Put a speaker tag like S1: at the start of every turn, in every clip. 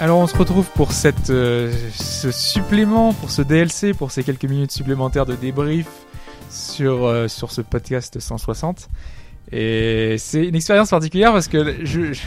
S1: Alors on se retrouve pour cette, euh, ce supplément, pour ce DLC, pour ces quelques minutes supplémentaires de débrief sur, euh, sur ce podcast 160. Et c'est une expérience particulière parce que je, je-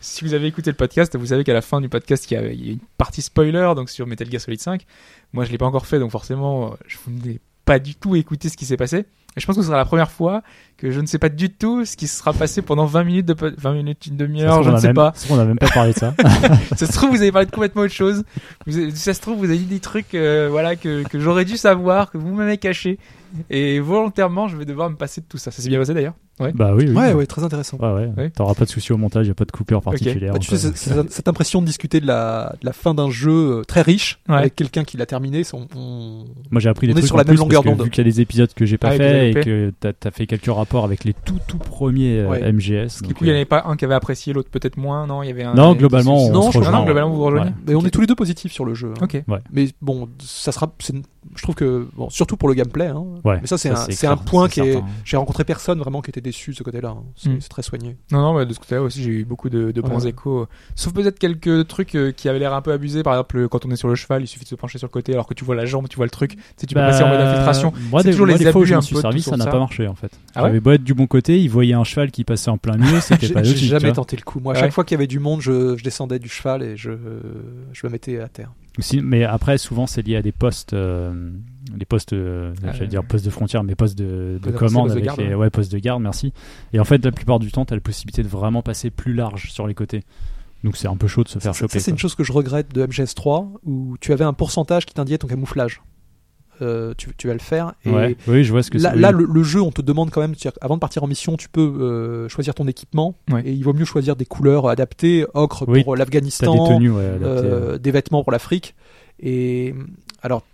S1: si vous avez écouté le podcast, vous savez qu'à la fin du podcast, il y a, il y a une partie spoiler donc sur Metal Gear Solid 5. Moi, je l'ai pas encore fait, donc forcément, euh, je vous n'ai pas du tout écouté ce qui s'est passé. Et je pense que ce sera la première fois que je ne sais pas du tout ce qui sera passé pendant 20 minutes, de, po- 20 minutes une demi-heure, je ne sais pas.
S2: on n'a même pas parlé de ça.
S1: ça se trouve vous avez parlé de complètement autre chose vous avez- ça se trouve vous avez dit des trucs euh, voilà que, que j'aurais dû savoir que vous m'avez caché et volontairement je vais devoir me passer de tout ça ça s'est bien passé d'ailleurs
S2: bah oui, oui.
S3: Ouais, ouais, très intéressant.
S2: Ouais, ouais.
S1: Ouais.
S2: T'auras pas de souci au montage, y a pas de coupure particulière.
S3: Bah, tu sais,
S2: Enfin,
S3: c'est- c'est- cette impression de discuter de la, de la fin d'un jeu euh, très riche
S1: Ouais.
S3: avec quelqu'un qui l'a terminé, c'est- on- on-
S2: Moi j'ai appris des
S3: On est
S2: trucs
S3: sur
S2: en
S3: la même
S2: plus parce
S3: longueur
S2: que
S3: d'onde.
S2: vu qu'il y a des épisodes que j'ai pas
S1: Ah, et que
S2: fait et
S1: vous avez
S2: que t'as as fait quelques rapports avec les tout tout premiers euh,
S3: Ouais.
S2: MGS.
S1: du
S2: donc,
S1: coup il n'y en
S2: euh,
S1: avait pas un qui avait apprécié l'autre peut-être moins non il y avait un
S2: Non,
S1: il y avait-
S2: globalement, on
S3: Non,
S2: se
S3: je crois-
S2: rejoint.
S3: non,
S1: globalement, vous vous rejoignez.
S2: Ouais.
S3: Mais on est tous les deux positifs sur le jeu. hein.
S1: ok
S3: Mais bon, ça sera. c'est- Je trouve que bon, surtout pour le gameplay. hein.
S2: Ouais,
S3: mais ça, c'est
S2: ça,
S3: un,
S2: c'est
S3: c'est un
S2: clair,
S3: point qui
S2: c'est
S3: est.
S2: certain. Hmm.
S3: J'ai rencontré personne vraiment qui était déçu de ce côté-là. hein. C'est
S1: Mm.
S3: c'est très soigné.
S1: non non bah, de ce côté là aussi j'ai eu beaucoup de, de bons
S3: Ouais.
S1: échos sauf peut-être quelques trucs euh, qui avaient l'air un peu abusés par exemple quand on est sur le cheval il suffit de se pencher sur le côté alors que tu vois la jambe tu vois le truc tu, sais, tu peux
S2: Bah,
S1: passer en mode infiltration
S2: Moi,
S1: C'est
S2: des,
S1: toujours
S2: moi,
S1: les
S2: des fois où
S1: abus
S2: je
S1: un
S2: m'en suis
S1: peu,
S2: servi,
S1: tout
S2: ça n'a
S1: ça.
S2: pas marché en fait.
S1: Ah ouais
S2: J'avais beau être du bon côté, il voyait un cheval qui passait en plein milieu, c'était
S3: J'ai
S2: pas
S3: j'ai
S2: logique.
S3: jamais
S2: tu vois.
S3: tenté le coup. Moi, à
S1: Ouais.
S3: chaque fois qu'il y avait du monde, je, je descendais du cheval et je, je me mettais à terre.
S2: Si- mais après, souvent, c'est lié à des postes, euh, des postes, euh,
S1: Ah,
S2: j'allais
S1: ouais.
S2: dire postes de frontière, mais postes de, de
S1: Postes de
S2: commande
S1: postes de
S2: avec
S1: garde,
S2: les,
S1: ouais.
S2: ouais, postes de garde, merci. Et en fait, la plupart du temps, t'as la possibilité de vraiment passer plus large sur les côtés. Donc c'est un peu chaud de se faire
S3: Ça,
S2: choper.
S3: ça, c'est une
S2: quoi.
S3: chose que je regrette de MGS3 où tu avais un pourcentage qui t'indiquait ton camouflage. Euh, tu, tu vas le faire. Et
S2: Ouais. Oui, je vois ce que
S3: Là,
S2: c'est.
S3: là,
S2: oui.
S3: le, le jeu, on te demande quand même, c'est-à-dire, avant de partir en mission, tu peux euh, choisir ton équipement.
S1: Ouais.
S3: Et il vaut mieux choisir des couleurs adaptées, ocre
S2: Oui,
S3: pour
S2: T'as des
S3: l'Afghanistan,
S2: tenues, ouais, adaptées.
S3: euh, des vêtements pour l'Afrique. Et mm, alors,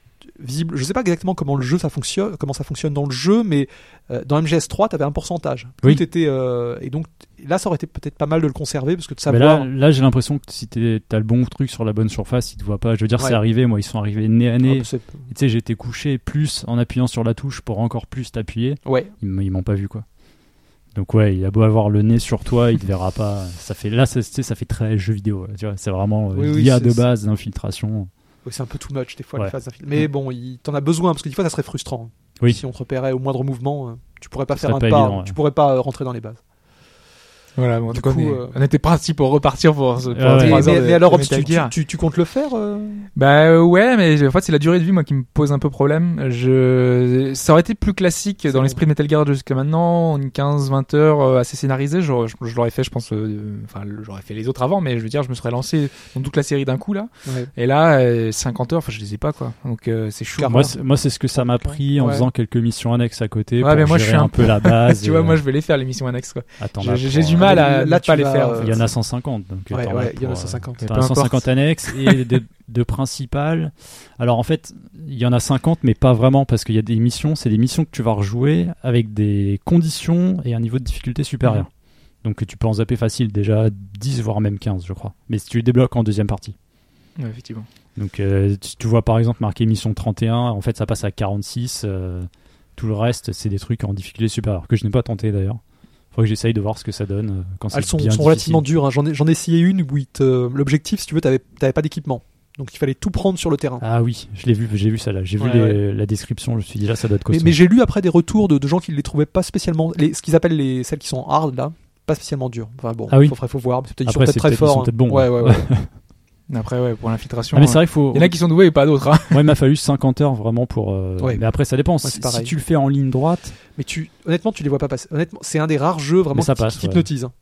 S3: visible, je sais pas exactement comment le jeu ça fonctionne, comment ça fonctionne dans le jeu, mais euh, dans MGS3, tu avais un pourcentage. Plus
S2: Oui.
S3: t'étais, euh, et donc t- là, ça aurait été peut-être pas mal de le conserver parce que de
S2: Mais
S3: savoir.
S2: là, là j'ai l'impression que si t'es- t'as le bon truc sur la bonne surface, ils te voient pas. Je veux dire,
S3: Ouais.
S2: c'est arrivé, moi, ils sont arrivés nez à nez.
S3: Hop, c'est-
S2: Et Tu sais, j'étais couché plus en appuyant sur la touche pour encore plus t'appuyer.
S3: ouais.
S2: Ils, m- ils m'ont pas vu, quoi. Donc, ouais, il a beau avoir le nez sur toi, il te verra pas. Ça fait, là, ça, tu sais, ça fait très jeu vidéo. là, tu vois, c'est vraiment
S3: Oui,
S2: euh,
S3: oui,
S2: l'IA
S3: c'est-
S2: de
S3: c'est-
S2: base, d'infiltration.
S3: Ouais, c'est un peu too much des fois
S2: Ouais. Mm.
S3: les phases d'un film. Mais bon, il- t'en as besoin parce que des fois ça serait frustrant.
S2: Oui.
S3: Si on te repérait au moindre mouvement, euh, tu pourrais pas
S2: Ça
S3: faire un
S2: serait pas
S3: pas,
S2: évident, ouais.
S3: tu pourrais pas euh, rentrer dans les bases.
S1: voilà bon, en
S3: Du
S1: tout cas on,
S3: coup,
S1: est-
S3: euh,
S1: on était parti pour repartir pour, ce- pour
S2: Ah ouais.
S3: Et-
S1: trois
S3: mais,
S1: heures de-
S3: mais alors,
S1: de
S3: Hobbs,
S1: Metal
S3: tu,
S1: Gear.
S3: tu- tu- tu comptes le faire euh
S1: Bah euh, ouais, mais en fait c'est la durée de vie moi qui me pose un peu problème. Je ça aurait été plus classique dans
S3: bon.
S1: l'esprit de Metal Gear jusqu'à maintenant, une 15-20 heures euh, assez scénarisée, je, je, je l'aurais fait je pense euh, enfin le- j'aurais fait les autres avant mais je veux dire je me serais lancé dans toute la série d'un coup là et là euh, 50 heures, enfin je les ai pas quoi. Donc euh, c'est chaud.
S2: Moi, c'est- moi, c'est ce que ça m'a pris en
S1: Ouais.
S2: faisant quelques missions annexes à côté.
S1: Ouais,
S2: pour
S1: mais moi, je
S2: gérer
S1: suis un
S2: un peu la base. euh,
S1: tu
S3: euh,
S1: vois, moi je vais les faire les missions annexes quoi. J'ai- J'ai du
S2: mal
S1: mal à
S3: Là,
S1: ne
S3: tu
S1: pas les
S3: vas,
S1: faire.
S3: euh,
S1: en fait.
S2: Il y en a 150. Donc
S3: Ouais,
S2: t'en
S3: ouais,
S2: as
S3: il y en a
S2: pour, euh,
S3: 150.
S2: t'en
S1: Peu
S2: as
S1: importe.
S2: 150 annexes et de, de principales. Alors en fait, il y en a 50, mais pas vraiment, parce qu'il y a des missions, c'est des missions que tu vas rejouer avec des conditions et un niveau de difficulté supérieur. Donc tu peux en zapper facile déjà 10, voire même 15, je crois. Mais si tu les débloques en deuxième partie.
S1: Ouais, effectivement.
S2: Donc euh, tu tu vois par exemple marqué mission 31, en fait ça passe à 46. euh, tout le reste, c'est des trucs en difficulté supérieure, que je n'ai pas tenté d'ailleurs. Faudrait que j'essaye de voir ce que ça donne euh, quand
S3: Elles
S2: c'est
S3: sont,
S2: bien
S3: sont relativement
S2: difficile.
S3: dures. hein. J'en ai, j'en ai essayé une où il te- l'objectif, si tu veux, t'avais t'avais pas d'équipement. Donc il fallait tout prendre sur le terrain.
S2: Ah oui, je l'ai vu, j'ai vu ça là. J'ai
S3: Ouais,
S2: vu les- la description, je me suis dit là, ça doit être
S3: Mais,
S2: costaud.
S3: mais j'ai lu après des retours de, de gens qui les trouvaient pas spécialement, les, ce qu'ils appellent les, celles qui sont hard là, pas spécialement dures. Enfin bon,
S2: Ah oui.
S3: faut, faut voir. mais Peut-être, ils sont
S2: Après,
S3: peut-être
S2: c'est
S3: très
S2: peut-être- ils sont
S3: forts. hein.
S2: peut-être bons,
S3: Ouais,
S2: ouais.
S3: ouais, ouais.
S1: Après ouais, pour l'infiltration.
S2: Ah, mais
S1: euh,
S2: c'est vrai qu'il faut.
S1: il y en a qui sont doués et pas d'autres. hein.
S2: Moi, il m'a fallu 50 heures vraiment pour. euh,
S3: Ouais.
S2: Mais après, ça dépend. Si-
S3: c'est
S2: si
S3: pareil.
S2: tu le fais en ligne droite,
S3: Mais tu, honnêtement, tu les vois pas passer. Honnêtement, c'est un des rares jeux
S2: Mais
S3: vraiment
S2: ça
S3: qui,
S2: passe,
S3: qui
S2: ouais.
S3: t'hypnotise. hein.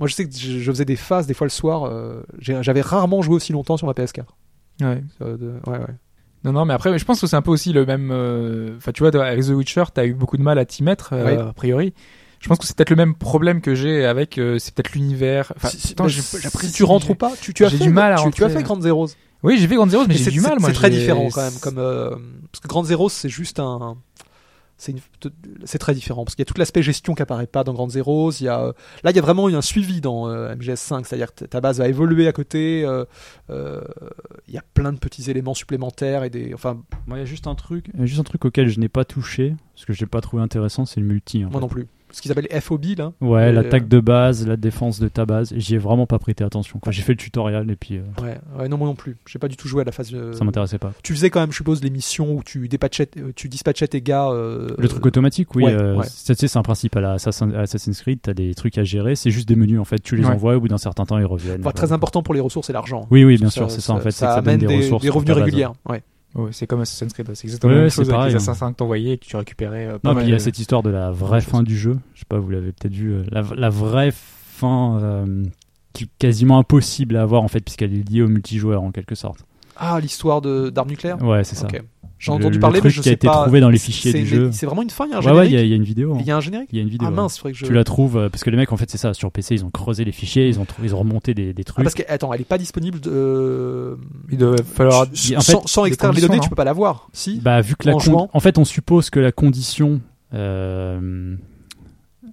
S3: Moi, je sais que je, je faisais des phases des fois le soir. euh, j'ai- J'avais rarement joué aussi longtemps sur ma PS4.
S1: Ouais.
S3: Euh, de- ouais, ouais.
S1: Non, non, mais après, je pense que c'est un peu aussi le même. euh, Enfin, tu vois, toi, avec The Witcher, t'as eu beaucoup de mal à t'y mettre, euh, a priori. Je pense que c'est peut-être le même problème que j'ai avec. euh, c'est peut-être l'univers. Enfin,
S3: si, si-
S1: putain,
S3: bah,
S1: j'ai-
S3: si
S1: j'apprécie-
S3: tu rentres ou pas, tu, tu as
S1: j'ai
S3: fait
S1: du mal à
S3: tu, tu
S1: rentrer.
S3: as
S1: euh.
S3: fait Grand Zeroes.
S1: Oui, j'ai fait Grand Zero, mais, j'ai
S3: c'est-
S1: du mal,
S3: c'est-
S1: moi.
S3: C'est très
S1: j'ai-
S3: différent quand même. Comme, euh, parce que Grand Zeroes, c'est juste un. C'est une- c'est très différent parce qu'il y a tout l'aspect gestion qui apparaît pas dans Grand Zeroes. Il y a euh, là, il y a vraiment eu un suivi dans euh, MGS5, c'est-à-dire que ta- ta base va évoluer à côté. euh, euh, il y a plein de petits éléments supplémentaires et des. Enfin,
S2: euh, moi, il y a juste un truc, il y a juste un truc auquel je n'ai pas touché, parce que je l'ai pas trouvé intéressant, c'est le multi. en
S3: moi euh,
S2: fait.
S3: non plus. ce qu'ils appellent FOB là.
S2: Ouais,
S3: Et,
S2: l'attaque de base, la défense de ta base. J'y ai vraiment pas prêté attention. quoi. J'ai fait le tutoriel et puis euh,
S3: Ouais, ouais, non moi non plus. J'ai pas du tout joué à la phase. euh,
S2: ça m'intéressait pas.
S3: tu faisais quand même, je suppose, les missions où tu dépatchais, euh, tu dispatchais tes gars. euh,
S2: Le truc automatique, oui.
S3: ouais,
S2: euh,
S3: ouais.
S2: c'est- tu sais, C'est un principe à la Assassin- à Assassin's Creed. T'as des trucs à gérer. C'est juste des menus en fait. Tu les
S1: Ouais.
S2: envoies et au bout d'un certain temps, ils reviennent.
S3: enfin, Bah, très important pour les ressources et l'argent.
S2: Oui, oui, bien sûr, c'est ça en fait. c'est
S3: Ça,
S2: que ça
S3: amène
S2: donne
S3: des,
S2: ressources
S3: des
S2: pour ta
S3: revenus
S2: base.
S3: réguliers. Ouais.
S1: Ouais, c'est comme Assassin's Creed, c'est exactement
S2: Ouais,
S1: la même
S2: ouais,
S1: chose avec
S2: c'est pareil,
S1: les
S2: hein.
S1: assassins que t'envoyais et que tu récupérais. euh, pas
S2: Non, puis il y a
S1: mal.
S2: cette histoire de la vraie fin du jeu. Je sais pas, vous l'avez peut-être vu. euh, La, la vraie fin euh, qui est quasiment impossible à avoir en fait, puisqu'elle est liée au multijoueur en quelque sorte.
S3: Ah, l'histoire de- d'armes nucléaires.
S2: Ouais, c'est ça.
S3: Ah. Ok. J'ai
S2: Le-
S3: entendu
S2: le
S3: parler, mais
S2: truc
S3: je
S2: qui a
S3: sais
S2: été
S3: pas.
S2: trouvé dans les fichiers
S3: C'est-
S2: du jeu.
S3: C'est vraiment une fin, il y a un
S2: Ouais, ouais,
S3: générique.
S2: il y, a- il y a une vidéo. hein.
S3: Il y a un générique.
S2: Il y a une vidéo.
S3: Ah
S2: ouais.
S3: mince, il faudrait que je.
S2: Tu la trouves euh, parce que les mecs en fait c'est ça sur PC ils ont creusé les fichiers ils ont trou- ils ont remonté des, des
S3: Ah,
S2: trucs
S3: parce que attends, elle est pas disponible. De...
S1: Il devait falloir.
S3: S-
S2: en fait,
S3: sans, sans
S1: des
S3: extraire les
S1: conditions,
S3: données,
S1: non
S3: tu peux pas la voir. Si.
S2: hein. bah vu que la
S3: en
S2: con-
S3: jouant.
S2: en fait on suppose que la condition euh,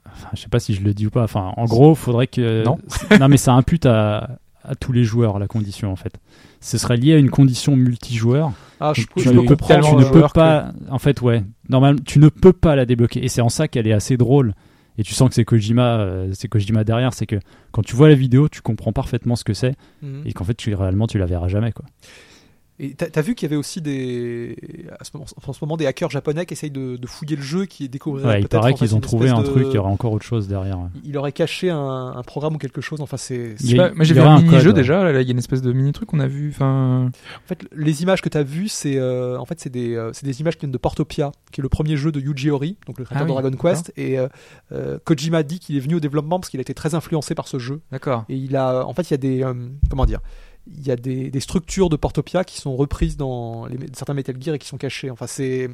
S2: enfin, je sais pas si je le dis ou pas enfin en gros faudrait que
S1: Non.
S2: non mais ça impute à, à tous les joueurs la condition en fait ce serait lié à une condition multijoueur
S3: Ah, je,
S2: Donc, tu,
S3: je
S2: ne
S3: peux
S2: peux,
S1: comprends
S2: pas- tu
S3: comprendre.
S1: tellement
S2: ne
S1: le
S2: peux
S1: joueur
S2: pas en fait ouais normalement tu ne peux pas la débloquer et c'est en ça qu'elle est assez drôle et tu sens que c'est Kojima euh, c'est Kojima derrière c'est que quand tu vois la vidéo tu comprends parfaitement ce que c'est
S3: Mhm.
S2: et qu'en fait tu réellement tu la verras jamais quoi
S3: Et t'as t'as vu qu'il y avait aussi des à ce moment, en ce moment des hackers japonais qui essayent de, de fouiller le jeu, qui découvriraient
S2: Ouais, il
S3: peut-être,
S2: paraît
S3: en fait,
S2: qu'ils ont
S3: une
S2: trouvé
S3: espèce
S2: un
S3: de-
S2: truc il y aurait encore autre chose derrière ouais.
S3: Il aurait caché un, un programme ou quelque chose. Enfin, c'est
S1: Je sais
S2: Il y a-
S1: pas, Moi j'ai
S2: il
S1: vu
S2: y aura
S1: un
S2: un
S1: mini jeu
S2: code.
S1: déjà. là, Il y a une espèce de mini truc qu'on a vu. Enfin,
S3: en fait les images que t'as vues, c'est euh, en fait c'est des euh, c'est des images qui viennent de Portopia, qui est le premier jeu de Yuji Horii, donc le créateur
S1: Ah
S3: de
S1: oui,
S3: Dragon Quest. Et euh, euh, Kojima dit qu'il est venu au développement parce qu'il a été très influencé par ce jeu.
S1: d'accord.
S3: Et il a, en fait, il y a des, euh, comment dire, il y a des, des structures de Portopia qui sont reprises dans les- certains Metal Gear et qui sont cachées. Enfin, c'est,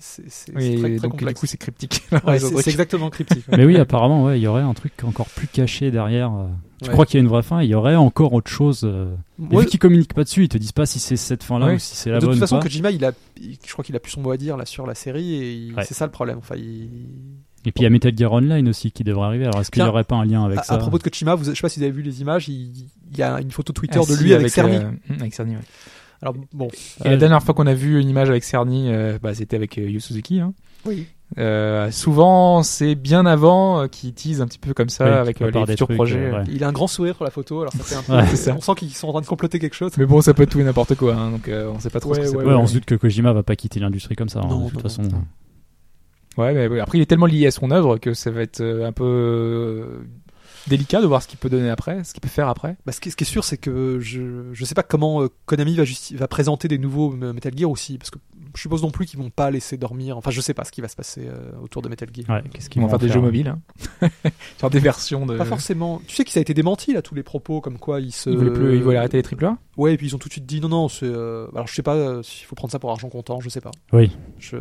S3: c'est c'est- c'est
S1: Oui,
S3: très, très
S1: donc du
S3: complexe.
S1: coup c'est cryptique.
S3: Ouais, c'est c'est exactement cryptique. ouais.
S2: mais oui apparemment ouais il y aurait un truc encore plus caché derrière euh. tu
S3: Ouais.
S2: crois qu'il y a une vraie fin et il y aurait encore autre chose euh. Et
S3: Ouais,
S2: vu qu'ils communiquent pas dessus ils te disent pas si c'est cette fin là
S1: Ouais.
S2: ou si c'est la
S3: de
S2: bonne
S3: toute façon,
S2: ou pas.
S3: Kojima, il a, il- je crois qu'il a plus son mot à dire là sur la série et il-
S2: Ouais.
S3: c'est ça le problème. Enfin, il-
S2: et puis il y a Metal Gear Online aussi qui devrait arriver alors est-ce qu'il y
S3: Tiens,
S2: aurait pas un lien avec
S3: à, à
S2: ça
S3: propos de Kojima, vous, je sais pas si vous avez vu les images, il, il y a une photo Twitter
S1: Ah,
S3: de
S1: si,
S3: lui avec, Cerny.
S1: euh, mm, avec Cerny, ouais.
S3: Alors bon,
S1: Et la dernière fois qu'on a vu une image avec Cerny, euh, bah, c'était avec euh, Yu Suzuki. hein.
S3: oui.
S1: Euh, souvent, c'est bien avant euh, qu'ils teasent un petit peu comme ça
S2: Ouais,
S1: avec
S2: qui
S1: euh,
S2: prépare
S1: les
S2: des
S1: futurs
S2: trucs,
S1: projets.
S2: euh, ouais.
S3: il a un grand sourire sur la photo. Alors ça fait un peu,
S2: Ouais.
S1: C'est ça.
S3: on sent qu'ils sont en train de comploter quelque chose.
S1: Mais bon, ça peut être tout et n'importe quoi, hein, donc euh, on sait pas trop ce
S3: Ouais,
S1: que ça
S3: ouais,
S2: Ouais,
S1: peut
S2: on se doute que Kojima va pas quitter l'industrie comme ça. hein,
S3: Non,
S2: de toute
S3: non,
S2: façon,
S3: non.
S1: Ouais, mais ouais, après, il est tellement lié à son œuvre que ça va être euh, un peu euh, délicat de voir ce qu'il peut donner après, ce qu'il peut faire après.
S3: Bah, ce, qui, ce qui est sûr, c'est que je je sais pas comment euh, Konami va, justi- va présenter des nouveaux euh, Metal Gear aussi, parce que je suppose non plus qu'ils vont pas laisser dormir. Enfin, je sais pas ce qui va se passer euh, autour de Metal Gear.
S2: ouais, qu'est-ce
S1: Ils
S2: qu'ils
S1: vont faire des jeux
S2: mobiles
S1: mobiles, hein. faire des versions de.
S3: Pas forcément. Tu sais que ça a été démenti là tous les propos comme quoi ils se.
S1: Ils voulaient plus, ils voulaient arrêter les triple A.
S3: Ouais, et puis ils ont tout de suite dit non, non. c'est, euh, Alors je sais pas euh, s'il faut prendre ça pour argent comptant, je sais pas.
S2: Oui.
S3: Je...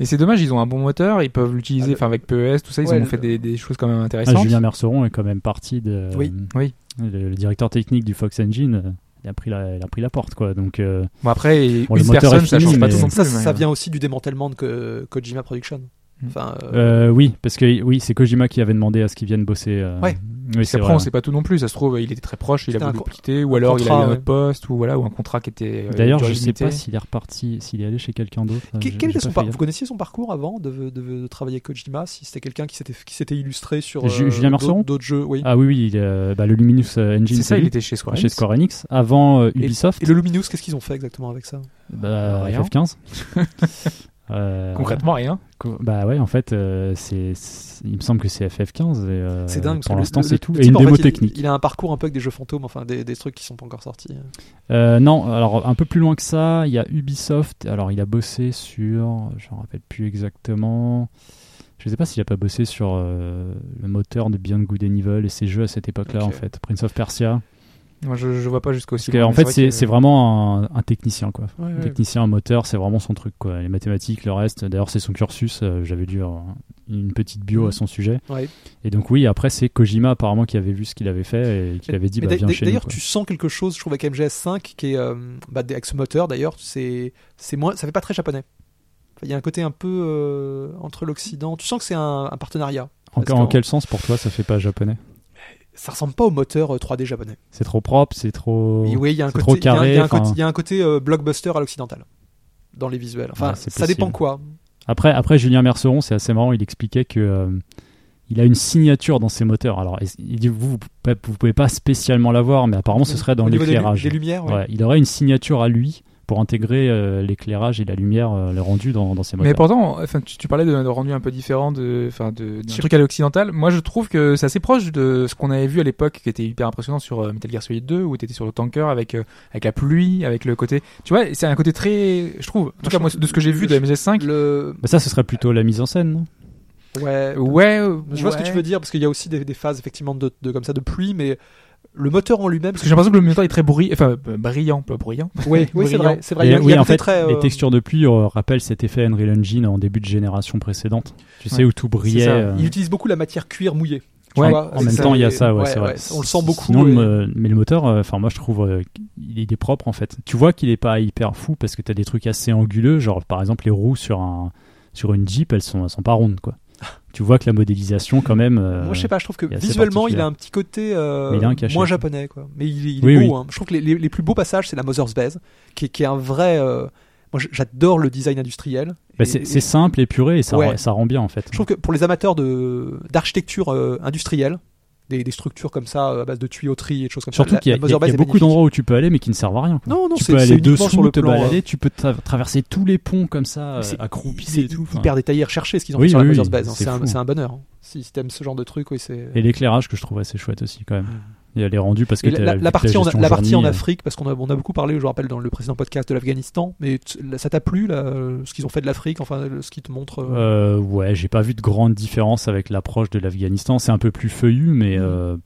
S1: Mais c'est dommage, ils ont un bon moteur, ils peuvent l'utiliser,
S3: Ah,
S1: enfin avec PES, tout ça, ils
S3: ouais,
S1: ont
S3: le-
S1: fait des, des choses quand même
S2: Ah,
S1: intéressantes.
S2: Julien Merceron est quand même parti de. euh,
S3: Oui.
S1: Oui.
S2: Le, le directeur technique du Fox Engine, euh, il a pris la, il a pris la porte quoi. Donc euh,
S1: Bon après,
S2: Bon, le
S1: une
S2: moteur
S1: personne,
S2: est
S1: ça
S2: fini,
S1: change pas
S2: mais-
S1: tout non plus.
S3: ça,
S1: mais,
S3: ça
S1: euh,
S3: vient aussi du démantèlement de Ko- Kojima Production. Enfin,
S2: euh,
S3: euh,
S2: oui, parce que oui, c'est Kojima qui avait demandé à ce qu'il vienne bosser. euh,
S3: Ouais.
S2: Oui,
S1: Parce
S2: c'est
S1: qu'après,
S2: vrai. hein.
S1: on sait pas tout non plus. Ça se trouve, il était très proche, il a
S3: C'était un
S1: voulu
S3: co-
S1: quitter, ou alors il a eu
S3: contrat,
S1: un
S3: ouais.
S1: autre poste, ou voilà, ou un contrat qui était. euh,
S2: D'ailleurs,
S1: durée
S2: je sais
S1: limitée.
S2: pas s'il est reparti, s'il est allé chez quelqu'un d'autre. euh,
S3: Quel-
S2: j'ai-
S3: quel
S2: j'ai
S3: était son
S2: pas
S3: par-
S2: fait
S3: Vous connaissiez son parcours avant de, de- de travailler avec Kojima Si c'était quelqu'un qui s'était qui s'était illustré sur
S2: Ju-
S3: euh,
S2: Julien Merceron
S3: d'autres d'autres jeux, oui.
S2: gaffe. Ah oui, oui, il, euh, bah, le Luminous euh, Engine,
S1: C'est ça,
S2: c'est
S1: il
S2: lui,
S1: était chez Square.
S2: chez
S1: Enix.
S2: Square Enix. Avant euh, Ubisoft,
S3: Et Ah, le Luminous, qu'est-ce qu'ils ont fait exactement avec ça
S2: bah,
S1: Rien.
S2: FF15. Euh,
S1: Concrètement, rien.
S2: Co- Bah ouais, en fait, euh, c'est, c'est- il me semble que c'est FF15. Et, euh,
S3: C'est dingue. parce
S2: Pour
S3: que le-
S2: l'instant,
S3: le-
S2: c'est
S3: le
S2: tout.
S3: type,
S2: Et une
S3: en fait,
S2: démo
S3: il-
S2: technique.
S3: Il, a un parcours un peu avec des jeux fantômes, enfin des, des trucs qui sont pas encore sortis.
S2: Euh, non, alors un peu plus loin que ça, il y a Ubisoft. Alors il a bossé sur, je me rappelle plus exactement. Je sais pas s'il a pas bossé sur euh, le moteur de Beyond Good and Evil et ses jeux à cette époque-là
S3: Ok.
S2: en fait, Prince of Persia.
S1: Moi, je, je vois pas jusqu'au.
S2: Parce qu'en fait, c'est c'est vraiment un, un technicien quoi.
S3: Ouais,
S2: Un
S3: ouais.
S2: technicien, un moteur, c'est vraiment son truc quoi. Les mathématiques, le reste. D'ailleurs, c'est son cursus. euh, J'avais dû euh, une petite bio à son sujet.
S3: Mm. Ouais.
S2: Et donc oui, après c'est Kojima apparemment qui avait vu ce qu'il avait fait et qui
S3: Mais-
S2: avait dit
S3: Mais
S2: bah
S3: d'a-
S2: viens
S3: d'a-
S2: chez nous.
S3: D'ailleurs,
S2: quoi.
S3: tu sens quelque chose, je trouve, avec MGS5, qui est euh, bah, des- avec ce moteur. D'ailleurs, c'est c'est moins, ça fait pas très japonais. Enfin, Il y a un côté un peu euh, entre l'Occident. Tu sens que c'est un, un partenariat.
S2: En,
S3: parce
S2: en
S3: que-
S2: quel sens pour toi ça fait pas japonais
S3: Ça ressemble pas au moteur euh, 3D japonais.
S2: C'est trop propre, c'est trop.
S3: Et oui, il y a un
S2: Oh, c'est trop
S3: côté, il y a un- il y a
S2: carré,
S3: un côté-
S2: enfin.
S3: il y a un côté euh, blockbuster à l'occidental dans les visuels. Enfin,
S2: Ouais, c'est
S3: ça dépend
S2: possible.
S3: quoi.
S2: Après, après Julien Merceron, c'est assez marrant, il expliquait que euh, il a une signature dans ses moteurs. Alors, il dit vous, vous pouvez- vous pouvez pas spécialement la voir, mais apparemment, ce serait dans
S3: Au niveau des lu-
S2: l'éclairage.
S3: Des, lumières, ouais.
S2: Ouais, il aurait une signature à lui pour intégrer euh, l'éclairage et la lumière, euh, le rendu dans, dans ses moteurs.
S1: Mais pourtant, enfin, tu, tu parlais de, de rendu un peu différent de, enfin, de, d'un truc à l'occidental. Moi, je trouve que c'est assez proche de ce qu'on avait vu à l'époque, qui était hyper impressionnant sur euh, Metal Gear Solid 2, où t'étais sur le tanker avec euh, avec la pluie, avec le côté. Tu vois, c'est un côté très, je trouve. En tout cas, moi, de ce que j'ai vu de MGS5.
S3: Le...
S2: Bah, ça, ce serait plutôt la mise en scène. non
S3: Ouais,
S1: Ouais. euh,
S3: Je vois ce que tu veux dire parce qu'il y a aussi des, des phases effectivement de, de- comme ça de pluie, mais le moteur en lui-même.
S1: Parce que j'ai l'impression que le moteur est très brui- enfin, euh, brillant, pas brillant.
S3: Oui, oui, c'est
S1: brillant.
S3: vrai, c'est vrai.
S2: Et,
S3: Il y a- il y
S2: oui,
S3: a
S2: en
S3: un côté
S2: fait,
S3: très,
S2: les
S3: euh,
S2: textures de pluie euh, rappellent cet effet Unreal Engine en début de génération précédente. Tu sais,
S1: Ouais.
S2: où tout brillait.
S1: ça.
S2: euh,
S3: Il utilise beaucoup la matière cuir mouillée. tu
S1: Ouais,
S3: vois,
S2: en
S3: c'est
S2: même temps, il y a
S3: et-
S2: ça, ouais, c'est vrai.
S3: On le sent beaucoup.
S2: Sinon, le
S3: et-
S2: mo- mais le moteur, euh, enfin moi je trouve euh, qu'il il est propre en fait. Tu vois qu'il est pas hyper fou parce que t'as des trucs assez anguleux, genre par exemple les roues sur un sur une Jeep, elles sont elles sont pas rondes quoi. tu vois que la modélisation quand même. euh,
S3: Moi, je sais pas, je trouve que
S2: il est assez
S3: visuellement, il
S2: particulier.
S3: a un petit côté euh,
S2: Mais il a un cachet.
S3: moins japonais, quoi. Mais il, est- il est
S2: Oui,
S3: beau. hein. Je trouve que les, les- les plus beaux passages, c'est la Mother's Base, qui, est- qui est un vrai. euh, Moi, j- j'adore le design industriel.
S2: bah,
S3: Et-
S2: c'est c'est simple, épuré et ça
S3: Ouais.
S2: ça rend bien en fait.
S3: Je trouve que pour les amateurs de d'architecture euh, industrielle, des, des structures comme ça euh, à base de tuyauterie et de choses comme
S2: Surtout
S3: ça. la-
S2: qu'il y a,
S3: la Mother's
S2: il y a
S3: Base est
S2: beaucoup
S3: magnifique.
S2: d'endroits où tu peux aller mais qui ne servent à rien. quoi.
S3: Non, non,
S2: tu
S3: c'est
S2: peux
S3: c'est
S2: aller
S3: uniquement
S2: dessous,
S3: sur le
S2: te
S3: plan. euh,
S2: balader, tu peux tra- traverser tous les ponts comme ça,
S3: c'est
S2: euh, accroupi
S3: c'est
S2: et tout. enfin.
S3: hyper détaillé, recherché ce qu'ils ont
S2: Oui,
S3: fait sur
S2: oui,
S3: la Mother's
S2: oui,
S3: Base. hein.
S2: c'est
S3: C'est un,
S2: fou.
S3: c'est un bonheur. hein. Si, si t'aimes ce genre de truc, oui, c'est.
S2: Et l'éclairage que je trouve assez chouette aussi quand même. Il y a les rendus parce que
S3: Mm. Et la,
S2: t'as
S3: la-
S2: vu
S3: la
S2: que
S3: partie, en,
S2: gestion
S3: la partie en
S2: journée, euh,
S3: Afrique, parce qu'on a, on a beaucoup parlé, je vous rappelle, dans le précédent podcast de l'Afghanistan, mais t- là, ça t'a plu, là, euh, ce qu'ils ont fait de l'Afrique, enfin, le- ce qu'ils te montrent
S2: Euh,
S3: euh,
S2: ouais, j'ai pas vu de grande différence avec l'approche de l'Afghanistan. C'est un peu plus feuillu, mais euh,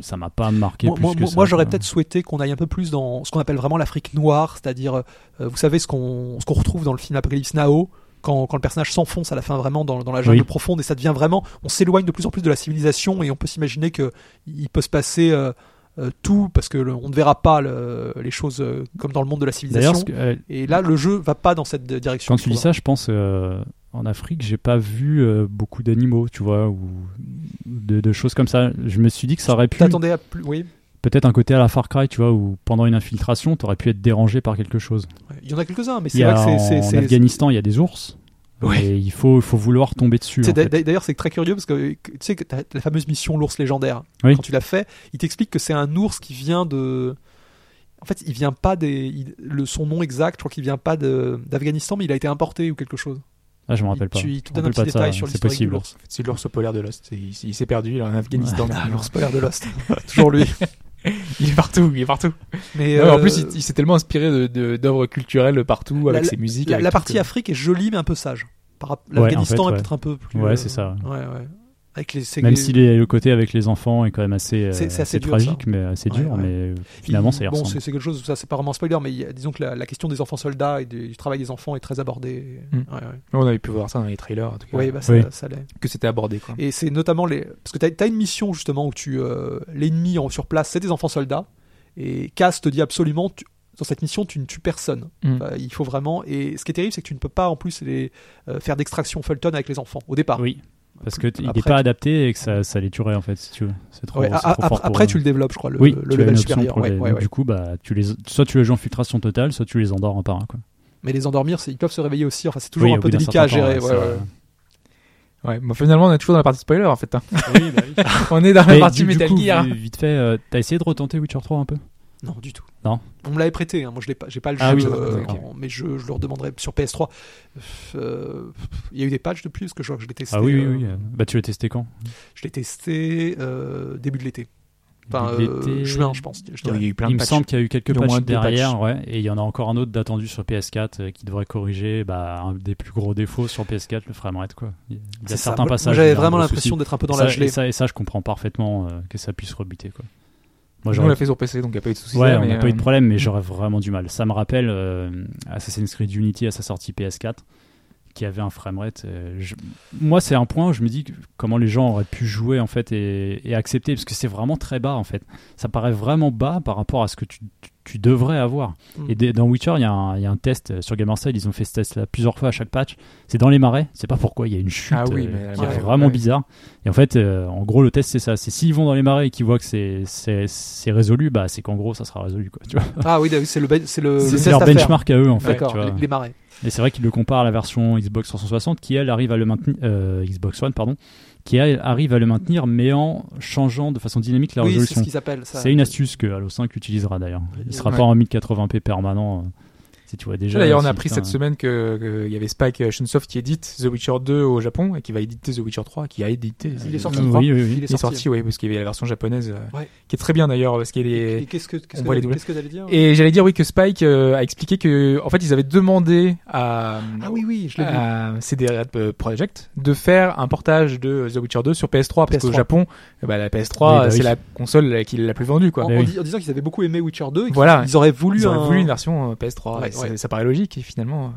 S2: ça m'a pas marqué
S3: Mm. Moi,
S2: plus
S3: moi-
S2: que
S3: moi-
S2: ça. euh.
S3: moi, j'aurais
S2: quoi.
S3: peut-être souhaité qu'on aille un peu plus dans ce qu'on appelle vraiment l'Afrique noire, c'est-à-dire, euh, vous savez, ce qu'on ce qu'on retrouve dans le film Apocalypse Now, quand, quand le personnage s'enfonce à la fin vraiment dans, dans la jungle
S2: Oui.
S3: profonde et ça devient vraiment, on s'éloigne de plus en plus de la civilisation et on peut s'imaginer que il peut se passer euh, euh, tout parce que le- on ne verra pas le- les choses euh, comme dans le monde de la civilisation.
S2: D'ailleurs, ce que- euh,
S3: Et là, le jeu va pas dans cette d- direction.
S2: quand
S3: je
S2: tu dis
S3: trouve.
S2: ça, je pense euh, en Afrique, j'ai pas vu euh, beaucoup d'animaux, tu vois, ou de, de choses comme ça. Je me suis dit que ça aurait pu
S3: T'attendais à plus. Oui,
S2: peut-être un côté à la Far Cry, tu vois, où pendant une infiltration, t'aurais pu être dérangé par quelque chose.
S3: il y en a quelques-uns, mais
S2: Il
S3: c'est
S2: y
S3: vrai
S2: a,
S3: que c'est-
S2: en,
S3: c'est. c'est-
S2: Afghanistan, il y a des ours.
S3: Ouais.
S2: Et il faut, il faut vouloir tomber dessus.
S3: Tu sais,
S2: en fait.
S3: d'a- D'ailleurs, c'est très curieux parce que que- tu sais que t'as la fameuse mission l'ours légendaire.
S2: Oui.
S3: Quand tu l'as fait, il t'explique que c'est un ours qui vient de. En fait, il vient pas des. il- le, son nom exact, je crois qu'il vient pas de- d'Afghanistan, mais il a été importé ou quelque chose.
S2: Ah, je me rappelle pas.
S3: Tu, il te
S2: Je me
S3: donne un
S2: rappelle
S3: petit
S2: pas de ça, hein.
S3: détail sur
S2: c'est
S3: l'historique de
S2: possible.
S3: l'ours.
S1: C'est l'ours polaire de Lost. Il, il s'est perdu. Il est en Afghanistan.
S2: bah,
S3: L'ours polaire de Lost. Toujours lui.
S1: il est partout. Il est partout.
S3: Mais,
S1: Ouais, En
S3: euh,
S1: plus, il, il s'est tellement inspiré de- de- d'œuvres culturelles partout, avec ses musiques.
S3: la,
S1: avec
S3: la
S1: tout,
S3: partie
S1: quoi.
S3: Afrique est jolie, mais un peu sage. Par rap- L'Afghanistan
S2: en fait,
S3: est peut-être un peu plus.
S2: Ouais,
S3: euh,
S2: c'est ça.
S3: Ouais, ouais. Avec les, c'est-
S2: Même
S3: les-
S2: si les- le côté avec les enfants est quand même assez, euh,
S3: C'est- c'est assez dur,
S2: tragique,
S3: ça.
S2: mais assez
S3: Ouais,
S2: dur,
S3: ouais.
S2: mais euh, finalement ça y
S3: bon,
S2: ressemble.
S3: c'est c'est quelque chose, ça c'est pas vraiment un spoiler, mais il y a- disons que la, la question des enfants soldats et des- du travail des enfants est très abordée.
S1: Mm.
S3: Ouais, ouais.
S1: On avait pu voir ça dans les trailers, en tout cas,
S3: Ouais, bah, ça,
S2: Oui.
S3: ça l'est.
S1: que c'était abordé. Quoi.
S3: Et c'est notamment les. Parce que t'as as une mission justement où tu. euh, L'ennemi en- sur place, c'est des enfants soldats. Et Cass te dit absolument, tu- dans cette mission, tu ne tues personne.
S1: Mm.
S3: Enfin, il faut vraiment. Et ce qui est terrible, c'est que tu ne peux pas en plus les, euh, faire d'extraction Fulton avec les enfants au départ.
S2: Oui, parce que t- il
S3: Ah. Après,
S2: n'est pas adapté et que ça, ça les tuerait en fait, si tu veux. C'est trop,
S3: Ouais,
S2: Oh, c'est trop
S3: a- a-
S2: fort
S3: après,
S2: pour
S3: après,
S2: eux.
S3: tu le développes, je crois, le,
S2: oui,
S3: le
S2: tu as
S3: level
S2: une option
S3: supérieur.
S2: pour
S3: Ouais,
S2: les-
S3: ouais,
S2: donc,
S3: ouais.
S2: Du coup, bah, tu les, soit tu les joues en filtration totale, soit tu les endors un par un. Quoi.
S3: Mais les endormir, c'est- ils peuvent se réveiller aussi. Enfin, c'est toujours
S2: Oui,
S3: un
S2: au
S3: peu
S2: bout d'un
S3: délicat à
S2: certain temps,
S3: gérer.
S2: ouais,
S3: ouais,
S2: ça-
S3: ouais.
S1: Ouais, mais finalement, on est toujours dans la partie spoiler en fait. hein.
S2: Oui, bah oui.
S1: on est dans la
S2: Mais
S1: partie
S2: du- du
S1: Metal
S2: coup,
S1: Gear.
S2: vi- Vite fait, euh, t'as essayé de retenter Witcher 3 un peu
S3: Non, du tout.
S2: Non.
S3: On me l'avait prêté, hein. moi je l'ai pas, j'ai pas le jeu,
S2: Ah oui,
S3: euh,
S2: d'accord.
S3: en- mais je, je le redemanderai sur PS3. Euh, il y a eu des patchs depuis, parce que je crois que je l'ai testé.
S2: Ah oui, oui,
S3: euh,
S2: oui. euh, Bah, tu l'as testé quand
S3: Je l'ai testé euh, début de l'été. Enfin,
S2: Début
S3: euh,
S2: de l'été.
S3: juin, je pense. Je
S1: Il
S3: dirais.
S1: y a eu plein
S2: Il
S1: de
S2: me
S1: patchs.
S2: semble qu'il y a eu quelques
S1: Il y a au
S2: patchs
S1: moins deux
S2: derrière, ouais, et il y en a encore un autre d'attendu sur PS4 euh, qui devrait corriger bah, un des plus gros défauts sur PS4, le framerate. Quoi. Il y a
S3: C'est ça.
S2: certains
S3: Moi,
S2: passages.
S3: J'avais
S2: où il y a un
S3: vraiment
S2: gros
S3: l'impression
S2: souci.
S3: d'être un peu
S2: Et
S3: dans
S2: ça-
S3: la gelée.
S2: Et ça, et ça, je comprends parfaitement euh, que ça puisse rebuter. Quoi. Moi,
S1: Nous,
S2: j'aurais-
S1: on l'a fait sur PC, donc il n'y a pas eu de soucis.
S2: Ouais,
S1: là,
S2: on n'a
S1: mais,
S2: pas eu de
S1: euh,
S2: problème, mais j'aurais vraiment du mal. Ça me rappelle euh, Assassin's Creed Unity à sa sortie PS4, qui avait un framerate. euh, je- Moi, c'est un point où je me dis que- comment les gens auraient pu jouer en fait et, et accepter, parce que c'est vraiment très bas en fait. Ça paraît vraiment bas par rapport à ce que tu, tu- tu devrais avoir.
S3: Mm.
S2: Et des- dans Witcher, il y, a un- il y a un test euh, sur Gamerside, ils ont fait ce test-là plusieurs fois à chaque patch. C'est dans les marais, c'est pas pourquoi, il y a une chute
S1: Ah oui,
S2: euh,
S1: mais la
S2: qui
S3: marée,
S2: est vraiment
S1: ouais.
S2: bizarre. Et en fait, euh, en gros, le test, c'est ça. C'est s'ils vont dans les marais et qu'ils voient que c'est- c'est c'est résolu, bah, c'est qu'en gros, ça sera résolu. quoi, tu vois.
S3: Ah oui, c'est le, ben-
S1: Euh,
S3: c'est le, le
S2: C'est
S3: test
S2: leur
S3: à faire.
S2: benchmark à eux, en fait.
S3: D'accord,
S2: tu vois.
S3: les, les marais.
S2: Et c'est vrai qu'il le compare à la version Xbox 360 qui elle arrive à le maintenir euh, Xbox One pardon, qui elle arrive à le maintenir mais en changeant de façon dynamique la
S3: Oui, c'est
S2: résolution.
S3: ce qu'ils appellent ça.
S2: C'est une astuce que Halo 5 utilisera d'ailleurs. Il sera
S1: Ouais.
S2: pas en 1080p permanent. euh, Si tu vois déjà.
S1: D'ailleurs, on
S2: si,
S1: a appris
S2: putain,
S1: cette semaine que- que il y avait Spike Shunsoft qui édite The Witcher 2 au Japon et qui va éditer The Witcher 3, qui a édité.
S3: Il est
S1: euh,
S3: sorti,
S2: Oui,
S3: je crois.
S2: oui, oui.
S3: Il est
S1: Il est
S3: sorti.
S1: sorti, oui, parce qu'il y avait la version japonaise, euh,
S3: Ouais.
S1: qui est très bien d'ailleurs, parce qu'elle
S3: Et
S1: est.
S3: Qu'est-ce que qu'est-ce
S1: on
S3: que
S1: voit les
S3: t'allais-
S1: doublés.
S3: qu'est-ce que t'allais dire
S1: Et j'allais dire oui que Spike euh, a expliqué que en fait ils avaient demandé à
S3: Ah oui, oui, je l'ai vu.
S1: à CD Red Project de faire un portage de The Witcher 2 sur PS3 parce qu'au
S3: PS3.
S1: Japon euh, bah, la
S2: Oui,
S1: PS3
S2: bah
S1: euh, c'est
S2: oui.
S1: la console qui est la plus vendue
S3: En,
S1: quoi.
S2: Mais
S3: en
S2: oui.
S3: dis- en disant qu'ils avaient beaucoup aimé Witcher 2 et qu'ils
S1: Voilà.
S3: ils auraient voulu
S1: Ils auraient
S3: un-
S1: voulu une version euh, PS3
S3: Ouais,
S1: et ça-
S3: ouais.
S1: ça paraît logique et finalement euh,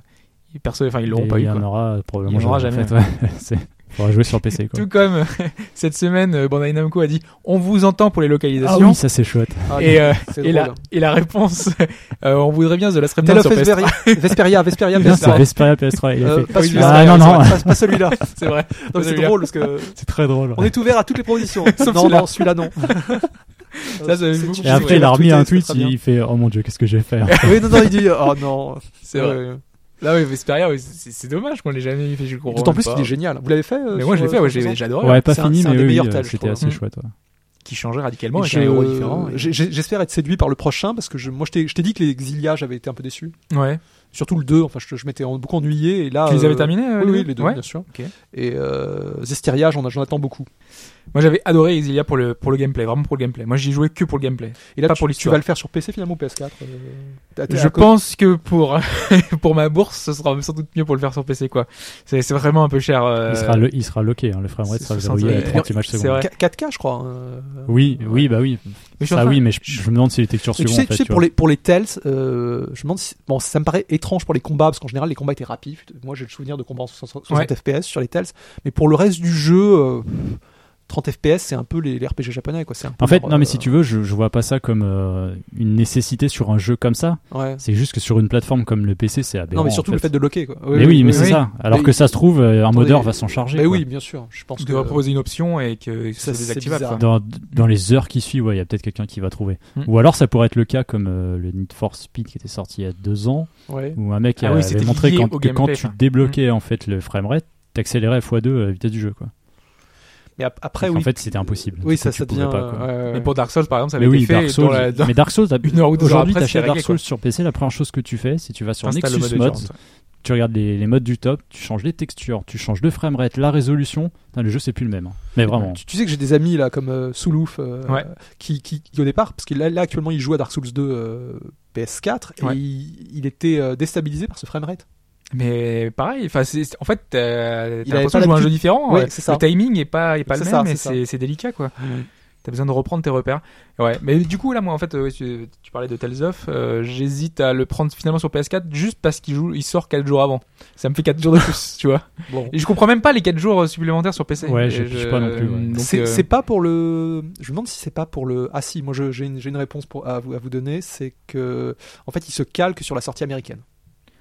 S1: ils- perso enfin ils l'auront
S2: Et
S1: pas
S2: il
S1: eu
S2: y en
S1: quoi.
S2: aura euh, probablement
S1: Il y en aura jamais,
S2: ouais. C'est- Faudra jouer sur PC quoi. Ah
S1: Tout comme euh, cette semaine euh, Bandai Namco a dit on vous entend pour les
S2: Ah
S1: localisations
S2: oui, ça c'est chouette.
S3: Ah,
S1: et, euh,
S3: c'est
S1: et
S3: drôle.
S1: la et la réponse euh, on voudrait bien The Last
S3: Tale
S1: Remnant
S3: of
S1: sur PS3.
S3: Vesperia, Vesperia, Vesperia,
S2: Putain, C'est Vesperia
S3: Vesperia.
S2: PS3. il a
S3: Euh,
S2: fait-
S3: Pas
S1: Oui,
S3: celui-là.
S2: Ah, non, non.
S3: Pas- Pas celui-là.
S1: C'est vrai.
S3: Donc c'est
S1: Celui-là.
S3: drôle parce que
S2: C'est très drôle.
S3: on est ouvert à toutes les propositions.
S1: Sauf
S3: Non,
S1: celui-là.
S3: non, celui-là non.
S1: Ça, ça
S3: Euh,
S1: me
S3: c'est-
S1: beaucoup
S3: tu-
S2: Et
S1: Je sais,
S2: après il a
S3: tu-
S2: remis
S3: tu-
S2: un
S3: tu-
S2: tweet,
S3: très bien.
S2: il fait oh mon dieu qu'est-ce que j'ai fait.
S3: Oui, non, non, il dit oh non.
S1: C'est vrai. Là oui Vesperia oui, c'est c'est dommage qu'on l'ait jamais fait je comprends.
S3: D'autant
S1: même
S3: plus
S1: pas.
S3: qu'il est génial. Vous l'avez fait euh,
S1: Mais moi
S3: sur,
S1: j'ai fait
S3: euh,
S1: ouais
S3: sur
S1: j'ai-
S3: 60?
S1: j'adore.
S2: Ouais, pas
S3: c'est un-
S2: fini,
S3: c'est un
S2: mais
S3: des
S2: oui,
S3: meilleurs
S2: euh,
S3: tales, je
S2: c'était
S3: trouve.
S2: assez
S1: Mm.
S2: chouette. ouais.
S1: qui changeait radicalement
S3: Et
S1: avec un
S3: j'ai,
S1: héros
S3: euh,
S1: différent. et-
S3: j'ai- j'ai- J'espère être séduit par le prochain parce que je, moi je t'ai je t'ai dit que les Exilia j'avais été un peu déçu.
S1: Ouais.
S3: Surtout le 2, enfin je, je m'étais en- beaucoup ennuyé et là.
S1: tu les
S3: euh,
S1: avais terminés euh,
S3: Oui, oui, les deux,
S1: Ouais.
S3: bien sûr.
S1: Ok.
S3: Et euh, Zestiria, j'en j'en attends beaucoup.
S1: Moi j'avais adoré Exilia pour le pour le gameplay, vraiment pour le gameplay. Moi j'y jouais que pour le gameplay.
S3: Et là,
S1: Pas
S3: tu,
S1: pour
S3: tu
S1: l'histoire.
S3: vas le faire sur PC finalement ou PS4 euh, t'as- t'es
S1: Je
S3: à co-
S1: pense que pour pour ma bourse, ce sera sans doute mieux pour le faire sur PC quoi. C'est c'est vraiment un peu cher. euh,
S2: Il sera, lo- il sera loqué, hein, le framerate
S1: c'est
S2: sera
S1: 60,
S2: verrouillé à
S1: ouais.
S2: 30 images
S1: C'est
S2: secondes.
S1: vrai.
S3: Qu- 4K, je crois. euh,
S2: Oui, oui, bah oui.
S1: Mais je suis en
S2: Ça,
S1: train-
S2: oui, mais je, je me demande si les textures
S3: Et
S2: suivantes.
S3: tu sais, tu sais, pour, les, pour les Tales, euh, je me demande si. Bon, ça me paraît étrange pour les combats, parce qu'en général, les combats étaient rapides. Moi, j'ai le souvenir de combats en 60, 60 FPS sur les Tales. Mais pour le reste du jeu, euh, 30 FPS, c'est un peu les, les RPG japonais, quoi. C'est un peu
S2: En fait,
S3: leur,
S2: non, mais
S3: euh,
S2: si tu veux, je, je vois pas ça comme euh, une nécessité sur un jeu comme ça.
S3: ouais.
S2: C'est juste que sur une plateforme comme le PC, c'est aberrant.
S3: Non, mais surtout
S2: en
S3: le fait de loquer, quoi.
S2: mais oui, mais
S1: oui,
S2: c'est
S1: oui.
S2: ça. Alors
S3: Mais-
S2: que ça se trouve, euh, un
S3: Attendez,
S2: modeur va s'en charger.
S3: Mais
S2: quoi.
S3: oui, bien sûr. Je pense
S1: Tu
S3: que.
S1: devrais proposer une option et que ça
S3: Ça, c'est
S1: désactivable.
S3: bizarre.
S1: quoi.
S2: Dans, dans les heures qui suivent, ouais, il y a peut-être quelqu'un qui va trouver.
S1: Mm.
S2: Ou alors ça pourrait être le cas comme euh, le Need for Speed qui était sorti il y a deux ans,
S3: Ouais.
S2: où un mec
S1: Ah oui,
S2: avait
S1: c'était
S2: montré
S1: lié
S2: quand,
S1: au
S2: que quand
S1: gameplay,
S2: tu
S1: ça. Hmm.
S2: débloquais en fait le framerate, t'accélérais à x2 la vitesse du jeu. Quoi.
S3: Mais ap- après,
S2: Donc,
S3: oui.
S2: En fait, c'était impossible.
S3: Oui,
S2: Du coup,
S3: ça,
S2: tu
S3: ça
S2: pouvais
S3: devient.
S2: pas, quoi.
S3: euh, ouais, ouais,
S1: Mais
S3: ouais.
S1: pour Dark Souls par exemple, ça avait
S2: Mais oui,
S1: été fait
S2: Dark Souls.
S1: dans la- dans-
S2: Mais Dark Souls, t'as-
S1: une heure ou deux heures
S2: aujourd'hui,
S1: après,
S2: t'achètes
S1: c'est
S2: Dark
S1: réglé, quoi.
S2: Souls sur PC, la première chose que tu fais, c'est tu vas sur
S1: T'installes le
S2: Nexus
S1: mode
S2: Mods,
S1: Endurance.
S2: tu regardes les, les modes du top, tu changes les textures, tu changes le framerate, la résolution. Putain, le jeu, c'est plus le même. hein.
S1: Eh
S2: Mais
S1: ben,
S2: vraiment.
S3: Tu, tu sais que j'ai des amis là comme euh, Soulouf euh,
S1: Ouais.
S3: qui, qui, qui, au départ parce qu'il là, là, actuellement il joue à Dark Souls 2 euh, PS4 et
S1: Ouais.
S3: il, il était euh, déstabilisé par ce framerate.
S1: Mais pareil, enfin c'est c'est- en fait t'as t'as
S3: avait
S1: l'impression de
S3: pas
S1: jouer à un
S3: l'habitude.
S1: jeu différent.
S3: Ouais,
S1: euh,
S3: c'est ça.
S1: Le timing est pas est pas le
S3: C'est
S1: même
S3: ça,
S1: et
S3: c'est ça.
S1: c'est c'est délicat quoi. T'as besoin de reprendre tes repères. Ouais. Mais du coup, là, moi, en fait, euh, ouais, tu, tu parlais de Tales of. euh, J'hésite à le prendre finalement sur PS4 juste parce qu'il joue, il sort 4 jours avant. Ça me fait 4 jours de plus, tu vois.
S3: Bon.
S1: Et je comprends même pas les 4 jours euh, supplémentaires sur PC.
S2: Ouais,
S1: Et
S2: je pige pas non plus, ouais.
S1: donc,
S3: C'est
S1: euh,
S3: c'est pas pour le. Je me demande si c'est pas pour le. Ah si, moi je- j'ai une, j'ai une réponse pour, à, vous, à vous donner, c'est que en fait il se calque sur la sortie américaine,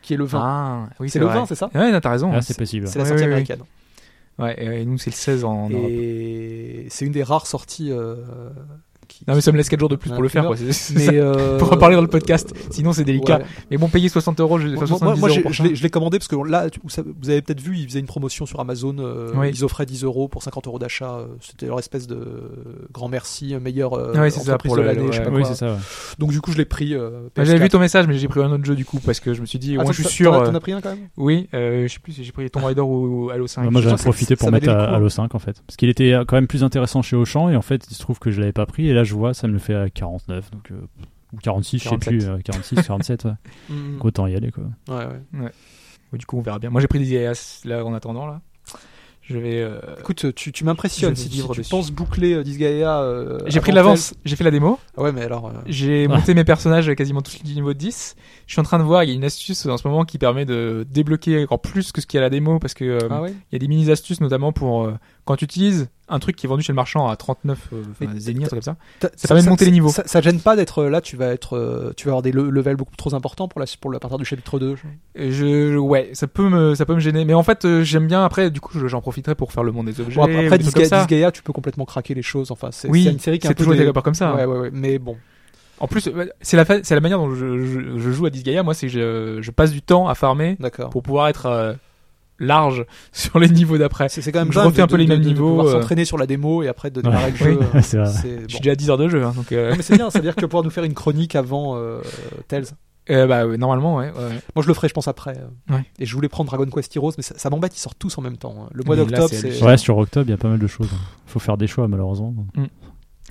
S3: qui est le 20.
S1: Ah, oui,
S3: c'est le
S1: vrai.
S3: 20, c'est ça
S1: Ouais, non, t'as raison. hein.
S2: Ah, c'est possible.
S3: C'est la
S1: Ouais,
S3: sortie
S1: ouais, ouais.
S3: américaine.
S1: Ouais, et, et nous, c'est le 16 en Europe.
S3: Et c'est une des rares sorties. euh, qui-
S1: Non, mais ça me laisse 4 jours de plus
S3: On a
S1: pour le
S3: plus
S1: faire,
S3: d'heures.
S1: quoi. C'est- c'est ça.
S3: Mais, euh,
S1: Pour en parler dans le podcast. Sinon, c'est délicat.
S3: ouais.
S1: Mais bon, payer 60 euros, je- enfin,
S3: Moi, moi,
S1: 70
S3: moi,
S1: euros
S3: j'ai-
S1: pour
S3: je
S1: ça.
S3: l'ai- je l'ai commandé parce que là, tu- vous, savez- vous avez peut-être vu, ils faisaient une promotion sur Amazon. euh,
S1: Oui.
S3: Ils offraient 10 euros pour 50 euros d'achat. euh, C'était leur espèce de euh, grand merci, euh, meilleure euh,
S1: Ouais, c'est ça,
S3: entreprise
S1: pour
S3: de
S1: le-
S3: l'année.
S1: ouais,
S3: je sais pas
S2: Oui,
S3: quoi.
S2: c'est ça. ouais.
S3: Donc du coup, je l'ai pris. euh,
S1: Bah, J'avais
S3: PS4.
S1: vu ton message, mais j'ai pris un autre jeu du coup parce que je me suis dit,
S3: Attends,
S1: ouais, je suis
S3: t'en-
S1: sûr.
S3: T'en as-
S1: euh,
S3: t'en as pris un quand même
S1: Oui, euh, je sais plus si j'ai pris Tomb Raider ou, ou Halo 5.
S2: Moi, j'en ai
S3: pense que
S2: profité
S3: ça
S2: pour
S3: valait
S2: mettre
S3: le coup,
S2: à
S3: hein.
S2: Halo 5 en fait. Parce qu'il était euh, quand même plus intéressant chez Auchan et en fait, il se trouve que je l'avais pas pris et là, je vois, ça me le fait à 49 donc, euh, ou 46, je
S1: 47.
S2: sais plus, euh, 46, 47. ouais.
S3: Mm,
S2: Donc, autant y aller quoi.
S1: euh,
S3: ouais, ouais.
S1: Ouais, Du coup, on verra bien. Moi, j'ai pris des IAS là en attendant là. Je vais. euh,
S3: Écoute, tu, tu
S1: Je
S3: m'impressionnes.
S1: vais
S3: Si, si
S1: vivre
S3: tu
S1: dessus.
S3: penses boucler euh, Disgaea. euh,
S1: J'ai pris de
S3: avant
S1: l'avance. J'ai fait la démo.
S3: Tales- Ah ouais, mais alors. euh,
S1: J'ai
S2: Ah.
S1: monté mes personnages quasiment tous du niveau 10. Je suis en train de voir. Il y a une astuce en ce moment qui permet de débloquer encore plus que ce qu'il y a à la démo parce que euh,
S3: Ah ouais
S1: il y a des mini astuces notamment pour euh, quand tu utilises un truc qui est vendu chez le marchand à 39 euh, enfin,
S3: Mais
S1: zénith, un truc comme ça.
S3: T'as-
S1: Ça permet de monter les niveaux.
S3: Ça, ça gêne pas d'être euh, là, tu vas être, euh, tu vas avoir des le- levels beaucoup trop importants pour la pour la partir du chapitre 2. je-
S1: Et Je, je- ouais, ça peut me, ça peut me gêner. Mais en fait, euh, j'aime bien. Après, du coup, je- j'en profiterai pour faire le monde des objets.
S3: Bon, après,
S1: ou
S3: après
S1: des trucs comme
S3: Disgaea,
S1: ça.
S3: Disgaea, tu peux complètement craquer les choses. Enfin, c'est
S1: Oui,
S3: c'est une série qui est un
S1: c'est
S3: peu
S1: toujours
S3: des-
S1: des développeurs comme ça. hein.
S3: Ouais, ouais, ouais. Mais bon,
S1: En plus, euh, c'est la, fa- c'est la manière dont je, je- je joue à Disgaea. Moi, c'est que je, je passe du temps à farmer
S3: d'accord.
S1: pour pouvoir être euh, large sur les niveaux d'après.
S3: C'est c'est quand même
S1: Je
S3: dingue
S1: refais un
S3: de-
S1: peu les
S3: de-
S1: mêmes
S3: de- de
S1: niveaux,
S3: pouvoir
S1: euh.
S3: s'entraîner sur la démo et après de
S2: Ouais.
S3: démarrer le
S2: Oui,
S3: jeu. euh,
S2: c'est vrai.
S3: c'est-
S1: Je
S3: bon.
S1: suis déjà à 10 heures de jeu, hein, donc euh,
S3: Non, mais c'est bien, ça veut dire que pouvoir nous faire une chronique avant euh, Tales.
S1: euh, bah, ouais, normalement, ouais. ouais, ouais.
S3: Moi, je le ferai, je pense, après. euh.
S1: Ouais.
S3: Et je voulais prendre Dragon Quest Heroes, mais ça, ça m'embête, ils sortent tous en même temps. hein. Le mois
S1: Mais là,
S3: d'octobre,
S1: c'est
S3: c'est.
S1: hallucinant.
S2: Ouais, sur Octobre, il y a pas mal de choses. hein. Faut faire des choix, malheureusement.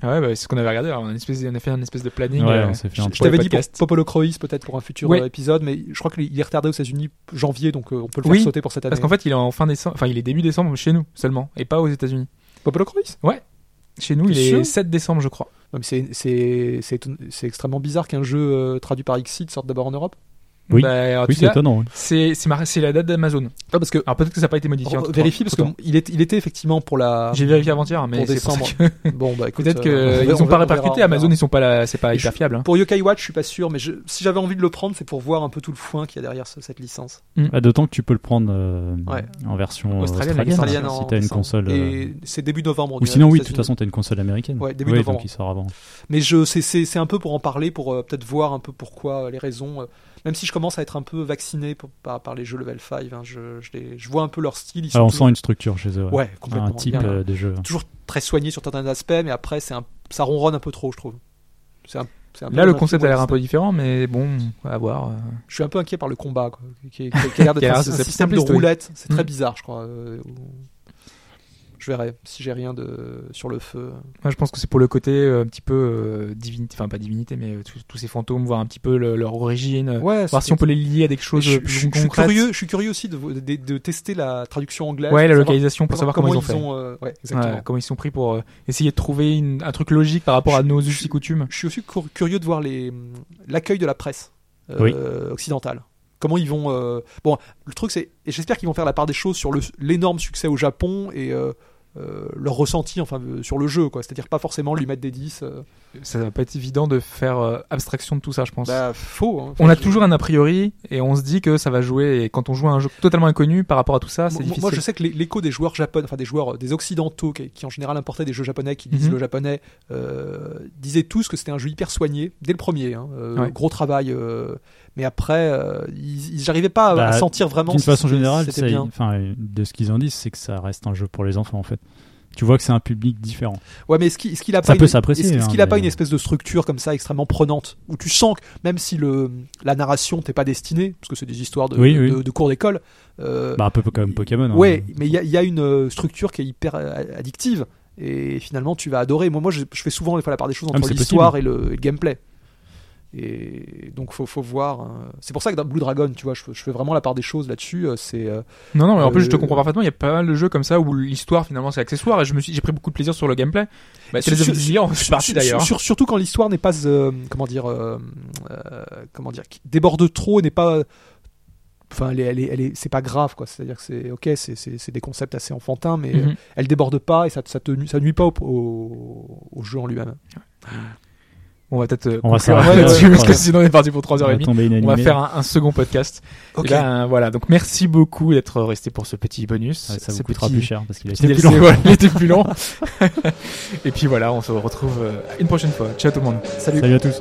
S1: Ah ouais, bah, c'est ce qu'on avait regardé. Alors, on, a une espèce, on a fait un espèce de planning.
S2: Ouais,
S1: euh,
S2: on s'est fait
S1: je-
S2: un
S1: je
S3: Je t'avais
S1: t'avais
S3: dit pour
S1: podcast.
S3: Popolo Crois peut-être pour un futur
S1: Ouais.
S3: euh, épisode, mais je crois qu'il est retardé aux États-Unis janvier, donc euh, on peut le
S1: Oui,
S3: faire sauter pour cette année.
S1: Parce qu'en fait, il est en fin décembre. Enfin, il est début décembre chez nous seulement, et pas aux États-Unis.
S3: Popolo Crois
S1: Chez nous,
S3: T'es
S1: il est
S3: sûr
S1: 7 décembre, je crois.
S3: Non, mais c'est- C'est c'est éton- c'est extrêmement bizarre qu'un jeu euh, traduit par Xseed sorte d'abord en Europe.
S2: Oui.
S1: Bah, en
S2: Oui,
S1: tout
S2: c'est
S1: cas,
S2: étonnant. ouais.
S1: c'est c'est mar- c'est la date d'Amazon.
S3: Ah, parce que.
S1: Alors peut-être que ça n'a pas été modifié.
S3: re-
S1: entre-
S3: Vérifie, parce
S1: entre-temps.
S3: qu'il est- il était effectivement pour la.
S1: j'ai vérifié avant-hier, mais
S3: pour
S1: c'est pour ça
S3: décembre.
S1: que-
S3: Bon, bah écoute,
S1: peut-être
S3: euh, on
S1: qu'ils
S3: verra-
S1: n'ont pas
S3: on verra- on verra-
S1: répercuté.
S3: on verra.
S1: Amazon, ils sont pas là, c'est pas
S3: Et
S1: hyper
S3: je-
S1: fiable. hein.
S3: Pour Yokai Watch, je suis pas sûr, mais je- si j'avais envie de le prendre, c'est pour voir un peu tout le foin qu'il y a derrière ce- cette licence.
S2: Ah, D'autant que tu peux le prendre euh,
S3: Ouais.
S2: en version
S1: Australienne,
S2: australienne,
S1: australienne
S2: si
S3: en
S2: t'as une
S3: décembre.
S2: console. euh,
S3: Et c'est début novembre. on
S2: Ou
S3: dirait,
S2: sinon,
S3: aux
S2: oui, de toute
S3: États-Unis.
S2: façon, t'as une console américaine.
S3: Ouais, début
S2: donc
S3: novembre.
S2: il sort avant.
S3: Mais je, c'est, c'est, c'est un peu pour en parler, pour euh, peut-être voir un peu pourquoi, euh, les raisons. euh, même si je commence à être un peu vacciné pour- par, par les jeux level 5, hein, je, je, les- je vois un peu leur style. Ils sont
S2: Ah, on
S3: toujours-
S2: sent une structure chez eux. ouais.
S3: ouais, complètement.
S2: Un type
S3: Il y a
S2: euh, de jeu.
S3: Toujours très soigné sur certains aspects, mais après, c'est un, ça ronronne un peu trop, je trouve. C'est un- c'est un peu
S1: Là, le
S3: dans un
S1: concept a
S3: film
S1: l'air un
S3: western.
S1: peu différent, mais bon, à voir. euh.
S3: Je suis un peu inquiet par le combat, quoi, qui, est- qui a l'air
S1: Qui a
S3: d'être
S1: l'air
S3: un, un
S1: assez
S3: système de
S1: simpliste, oui.
S3: roulette. C'est très
S1: Mm.
S3: bizarre, je crois. euh, où- Je verrai si j'ai rien de sur le feu.
S1: Moi, je pense que c'est pour le côté euh, un petit peu euh, divinité, enfin pas divinité, mais euh, tous- tous ces fantômes, voir un petit peu le- leur origine, euh,
S3: Ouais,
S1: voir si on peut les lier à des choses
S3: je, je-
S1: plus
S3: je- je suis
S1: concrètes.
S3: curieux, je suis curieux aussi de, de- de tester la traduction anglaise.
S1: Ouais, la
S3: pour savoir-
S1: localisation pour savoir comment, ils ont fait.
S3: euh, ouais, exactement.
S1: Ouais, comment ils sont pris pour euh, essayer de trouver une- un truc logique par rapport à nos
S3: je-
S1: outils coutumes.
S3: Je suis aussi cour- curieux de voir les l'accueil de la presse euh,
S2: Oui.
S3: occidentale. Comment ils vont euh, Bon, le truc c'est, et j'espère qu'ils vont faire la part des choses sur le- l'énorme succès au Japon et euh, euh, leur ressenti, enfin, euh, sur le jeu, quoi. C'est-à-dire pas forcément lui mettre des 10 euh,
S1: Ça va pas être évident de faire euh, abstraction de tout ça, je pense.
S3: bah, faux. hein. Enfin,
S1: on a
S3: je-
S1: toujours un a priori et on se dit que ça va jouer. Et quand on joue à un jeu totalement inconnu par rapport à tout ça,
S2: Ah,
S1: c'est
S3: Moi-
S1: difficile.
S3: Moi, je sais que l'é- l'écho des joueurs japonais, enfin des joueurs, euh, des occidentaux qui, qui, en général importaient des jeux japonais, qui disent
S1: Mhm.
S3: le japonais, euh, disaient tous que c'était un jeu hyper soigné dès le premier. hein, euh,
S1: Ouais.
S3: Gros travail, euh, mais après, euh, ils ils n'arrivaient
S1: Ah
S3: pas à- à
S2: Bah,
S3: sentir vraiment.
S2: D'une
S3: si
S2: façon
S3: c'était-
S2: générale,
S3: c'était
S2: c'est-
S3: bien.
S2: enfin, euh, de ce qu'ils en disent, c'est que ça reste un jeu pour les enfants en fait. Tu vois que c'est un public différent.
S3: Ouais, mais est-ce qu'il est-ce qu'il a
S2: Ça
S3: pas
S2: peut
S3: une-
S2: s'apprécier,
S3: est-ce- est-ce
S2: hein,
S3: qu'il a pas
S2: mais-
S3: une espèce de structure comme ça extrêmement prenante où tu sens que même si le la narration t'es pas destinée, parce que c'est des histoires de,
S2: Oui,
S3: de-
S2: oui.
S3: de- de cours d'école. euh,
S2: Bah, un peu comme Pokémon. hein.
S3: Ouais, mais il y, a- il y a une euh, structure qui est hyper euh, addictive et finalement tu vas adorer. Moi, moi je, je fais souvent des fois, la part des choses
S1: Ah,
S2: mais
S3: entre
S2: c'est
S3: l'histoire et le, et le gameplay. Et donc faut faut voir. hein. C'est pour ça que dans Blue Dragon, tu vois, je, je fais vraiment la part des choses là-dessus. euh, C'est euh,
S1: Non, non, mais en plus, je te
S3: Euh,
S1: comprends parfaitement. Il y a pas mal de jeux comme ça où l'histoire, finalement, c'est accessoire. Et je me suis, j'ai pris beaucoup de plaisir sur le gameplay. Bah, c'est
S3: Sur-
S1: les
S3: sur-
S1: avis clients, je suis parti
S3: sur-
S1: d'ailleurs.
S3: sur- surtout quand l'histoire n'est pas euh, comment dire euh, euh, comment dire qui déborde trop et n'est pas Enfin, elle est, elle est- elle est- c'est pas grave, quoi. C'est-à-dire que c'est ok, c'est- c'est c'est des concepts assez enfantins, mais euh,
S1: Mhm.
S3: elle déborde pas et ça, ça, te, nu- ça nuit pas au, au- au jeu en lui-même.
S1: On va peut-être euh,
S2: On va
S1: conclure
S2: s'arrêter
S1: là-dessus
S2: là-dessus,
S1: parce que
S2: ouais.
S1: sinon on est parti pour 3
S2: On
S1: heures et
S2: va
S1: demie.
S2: tomber
S1: On va
S2: inanimé.
S1: faire un, un second podcast. Et là, euh, voilà. Donc merci beaucoup d'être resté pour ce petit bonus.
S2: Ouais, ça
S1: Ce
S2: vous coûtera
S1: petit-
S2: plus cher parce qu'il a
S1: petit
S2: été plus
S1: DLC,
S2: long.
S1: voilà, il était plus long. et puis voilà, on se retrouve euh, une prochaine fois. Ciao tout le monde.
S3: Salut.
S2: Salut à tous.